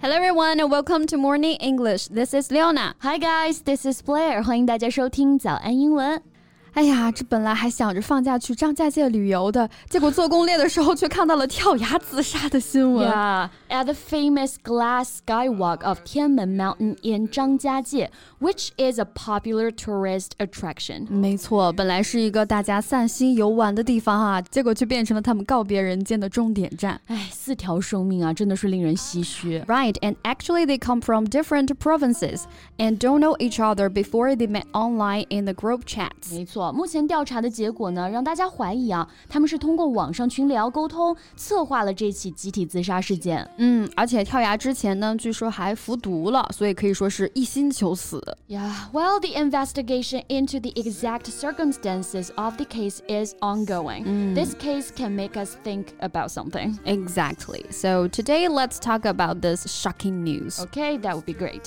Hello everyone and welcome to Morning English. This is Leona. Hi guys, this is Blair，欢迎大家收听早安英文。哎呀，这本来还想着放假去张家界旅游的，结果做攻略的时候却看到了跳崖自杀的新闻。 Yeah, at the famous glass skywalk of Tianmen Mountain in Zhangjiajie, which is a popular tourist attraction. 没错，本来是一个大家散心游玩的地方啊，结果却变成了他们告别人间的终点站。哎，四条生命啊，真的是令人唏嘘。 Right, and actually they come from different provinces and don't know each other before they met online in the group chats. 没错，目前调查的结果呢，让大家怀疑啊，他们是通过网上群聊沟通，策划了这起集体自杀事件。嗯，而且跳崖之前呢，据说还服毒了，所以可以说是一心求死。 Yeah, well, the investigation into the exact circumstances of the case is ongoing. This case can make us think about something. Exactly. So today let's talk about this shocking news. Okay, that would be great.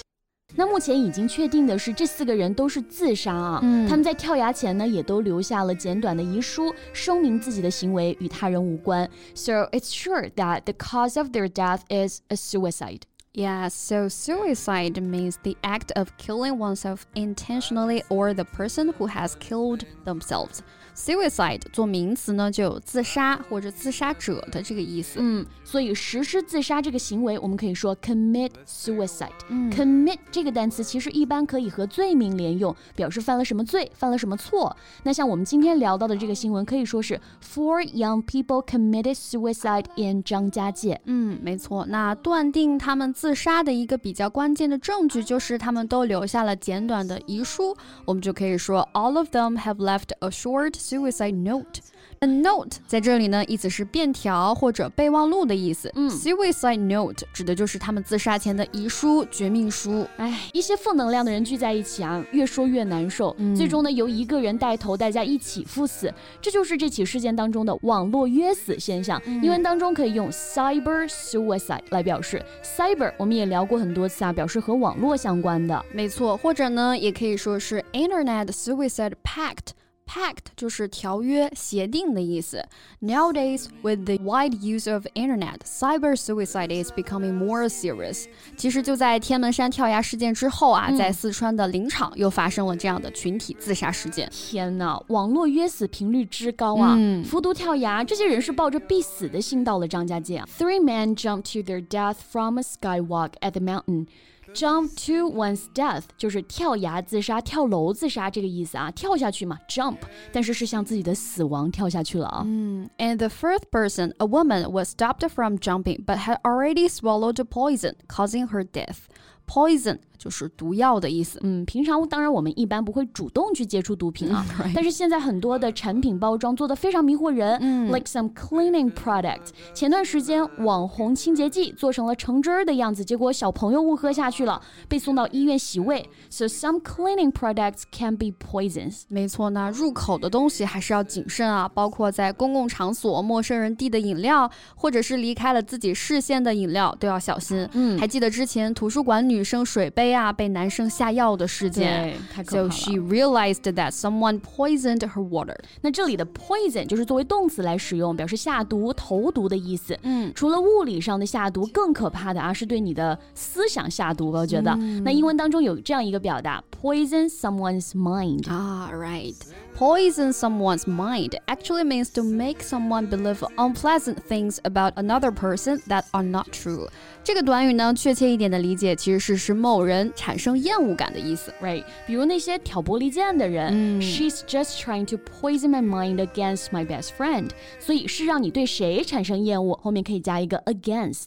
那目前已经确定的是，这四个人都是自杀啊。嗯他们在跳崖前呢，也都留下了简短的遗书，声明自己的行为与他人无关。So it's sure that the cause of their death is a suicide. Yeah, so suicide means the act of killing oneself intentionally or the person who has killed themselves. Suicide 做名词呢，就有自杀或者自杀者的这个意思。嗯，所以实施自杀这个行为，我们可以说 commit suicide。commit 这个单词其实一般可以和罪名连用，表示犯了什么罪，犯了什么错。那像我们今天聊到的这个新闻，可以说是 four young people committed suicide in 张家界。嗯，没错。那断定他们自杀的一个比较关键的证据，就是他们都留下了简短的遗书。我们就可以说，all of them have left a short suicide note。A note 在这里呢，意思是便条或者备忘录的意思。嗯 suicide note 指的就是他们自杀前的遗书、绝命书。哎，一些负能量的人聚在一起啊，越说越难受。嗯最终呢，由一个人带头，大家一起赴死。这就是这起事件当中的网络约死现象。英文当中可以用 cyber suicide 来表示。cyber 我们也聊过很多次啊，表示和网络相关的。没错，或者呢，也可以说是 Internet Suicide Pact。Pact 就是条约、协定的意思。Nowadays, with the wide use of internet, cyber suicide is becoming more serious. 其实就在天门山跳崖事件之后啊，在四川的林场又发生了这样的群体自杀事件。天呐，网络约死频率之高啊！嗯服毒跳崖，这些人是抱着必死的心到了张家界。Three 啊 men jumped to their death from a skywalk at the mountain. Jump to one's death 就是跳崖自杀、跳楼自杀这个意思啊，跳下去嘛，jump，但是是向自己的死亡跳下去了啊。 And the first person, a woman, was stopped from jumping but had already swallowed poison, causing her death. Poison 就是毒药的意思。嗯，平常当然我们一般不会主动去接触毒品 啊， right 但是现在很多的产品包装做的非常迷惑人、l i k e some cleaning product。前段时间网红清洁剂做成了橙汁儿的样子，结果小朋友误喝下去了，被送到医院洗胃。So some cleaning products can be poisons。没错呢，入口的东西还是要谨慎啊，包括在公共场所、陌生人递的饮料，或者是离开了自己视线的饮料，都要小心。嗯还记得之前图书馆女生水杯啊被男生下药的事件。，太 So she realized that someone poisoned her water. 那这里的 poison 就是作为动词来使用，表示下毒、投毒的意思。嗯，除了物理上的下毒，更可怕的啊是对你的思想下毒吧？我觉得，那英文当中有这样一个表达，poison someone's mind。 Ah, right. Poison someone's mind actually means to make someone believe unpleasant things about another person that are not true. 这个短语呢，确切一点的理解其实是使某人产生厌恶感的意思。 Right，比如那些挑拨离间的人、s h e s just trying to poison my mind against my best friend。所以是让你对谁产生厌恶，后面可以加一个 against。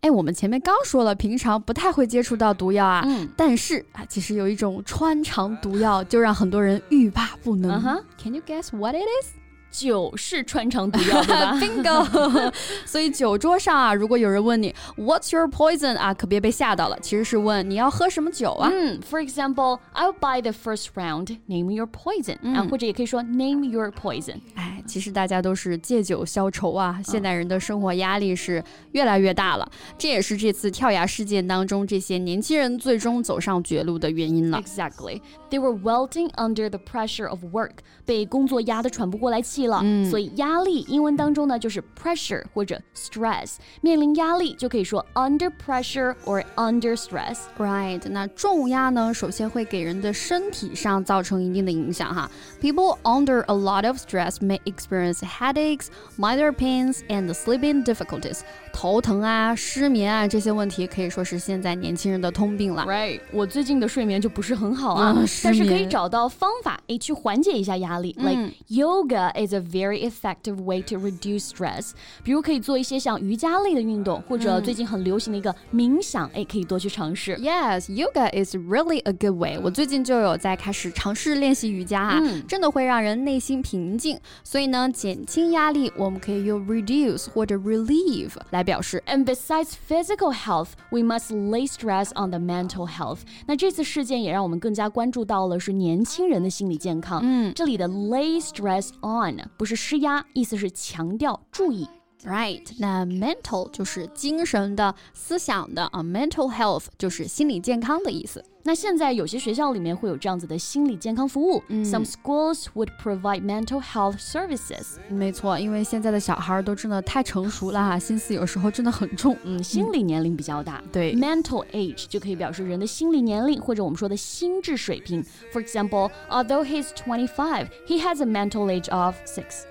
哎，我们前面刚说了，平常不太会接触到毒药啊，嗯但是啊，其实有一种穿肠毒药，就让很多人欲罢不能。嗯哼 Can you guess what it is? 酒是穿肠毒药，对 吧？ Bingo！所 以酒桌上啊，如果有人问你 What's your poison 啊，可别被吓到了，其实是问你要喝什么酒啊。嗯，For Hmm. example, I'll buy the first round. Name your poison、啊，或者也可以说 Name your poison。哎，其实大家都是借酒消愁啊，现代人的生活压力是越来越大了，这也是这次跳崖事件当中这些年轻人最终走上绝路的原因了。 Exactly. They were welting under the pressure of work. 被工作压得喘不过来气气了。嗯所以压力英文当中呢就是 pressure 或者 stress，面临压力就可以说 under pressure or under stress。 Right，那重压呢，首先会给人的身体上造成一定的影响哈。People under a lot of stress may experience headaches, minor pains, and sleeping difficulties。头疼啊、失眠啊这些问题，可以说是现在年轻人的通病了。 Right，我最近的睡眠就不是很好啊，啊失但是可以眠嗯找到方法，诶，去缓解一下压力。Like yoga is a very effective way to reduce stress。比如可以做一些像瑜伽类的运嗯动，或者最近很流行的一个冥想，诶，可以多去尝试。 Yes, yoga is really a good way. 我最近就有在开始尝试练习瑜伽啊，嗯真的会让人内心平静。所以呢，减轻压力，我们可以用 reduce 或者 relieve 来表示。 And besides physical health, we must lay stress on the mental health. 那这次事件也让我们更加关注到了是年轻人的心理健康。嗯，这里的 lay stress on 不是施压，意思是强调注意。 Right，那 mental 就是精神的、思想的啊，mental health 就是心理健康的意思。那现在有些学校里面会有这样子的心理健康服务、s o m e schools would provide mental health services。没错，因为现在的小孩儿都真的太成熟了哈，心思有时候真的很重。嗯，心理年龄比较大，对 mental age 就可以表示人的心理年龄或者我们说的心智水平。For example, although he's twenty five, he has a mental age of six.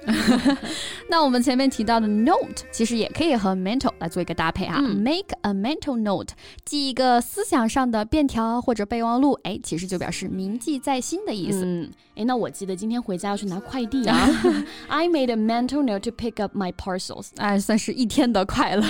那我们前面提到的 note 其实也可以和 mental 来做一个搭配哈、嗯 m a k e a mental note，记一个思想上的便条或者备忘录，哎，其实就表示铭记在心的意思。嗯，哎，那我记得今天回家要去拿快递啊。I made a mental note to pick up my parcels. 哎，算是一天的快乐。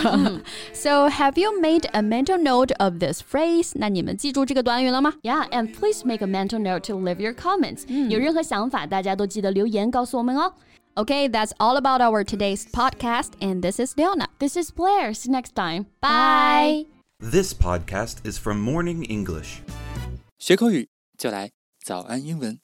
so have you made a mental note of this phrase？那你们记住这个短语了吗？ Yeah, and please make a mental note to leave your comments. 有任何想法，大家都记得留言告诉我们哦。 Okay, that's all about our today's podcast, and this is Leona. This is Blair. See you next time. Bye. This podcast is from Morning English. 学口语就来早安英文。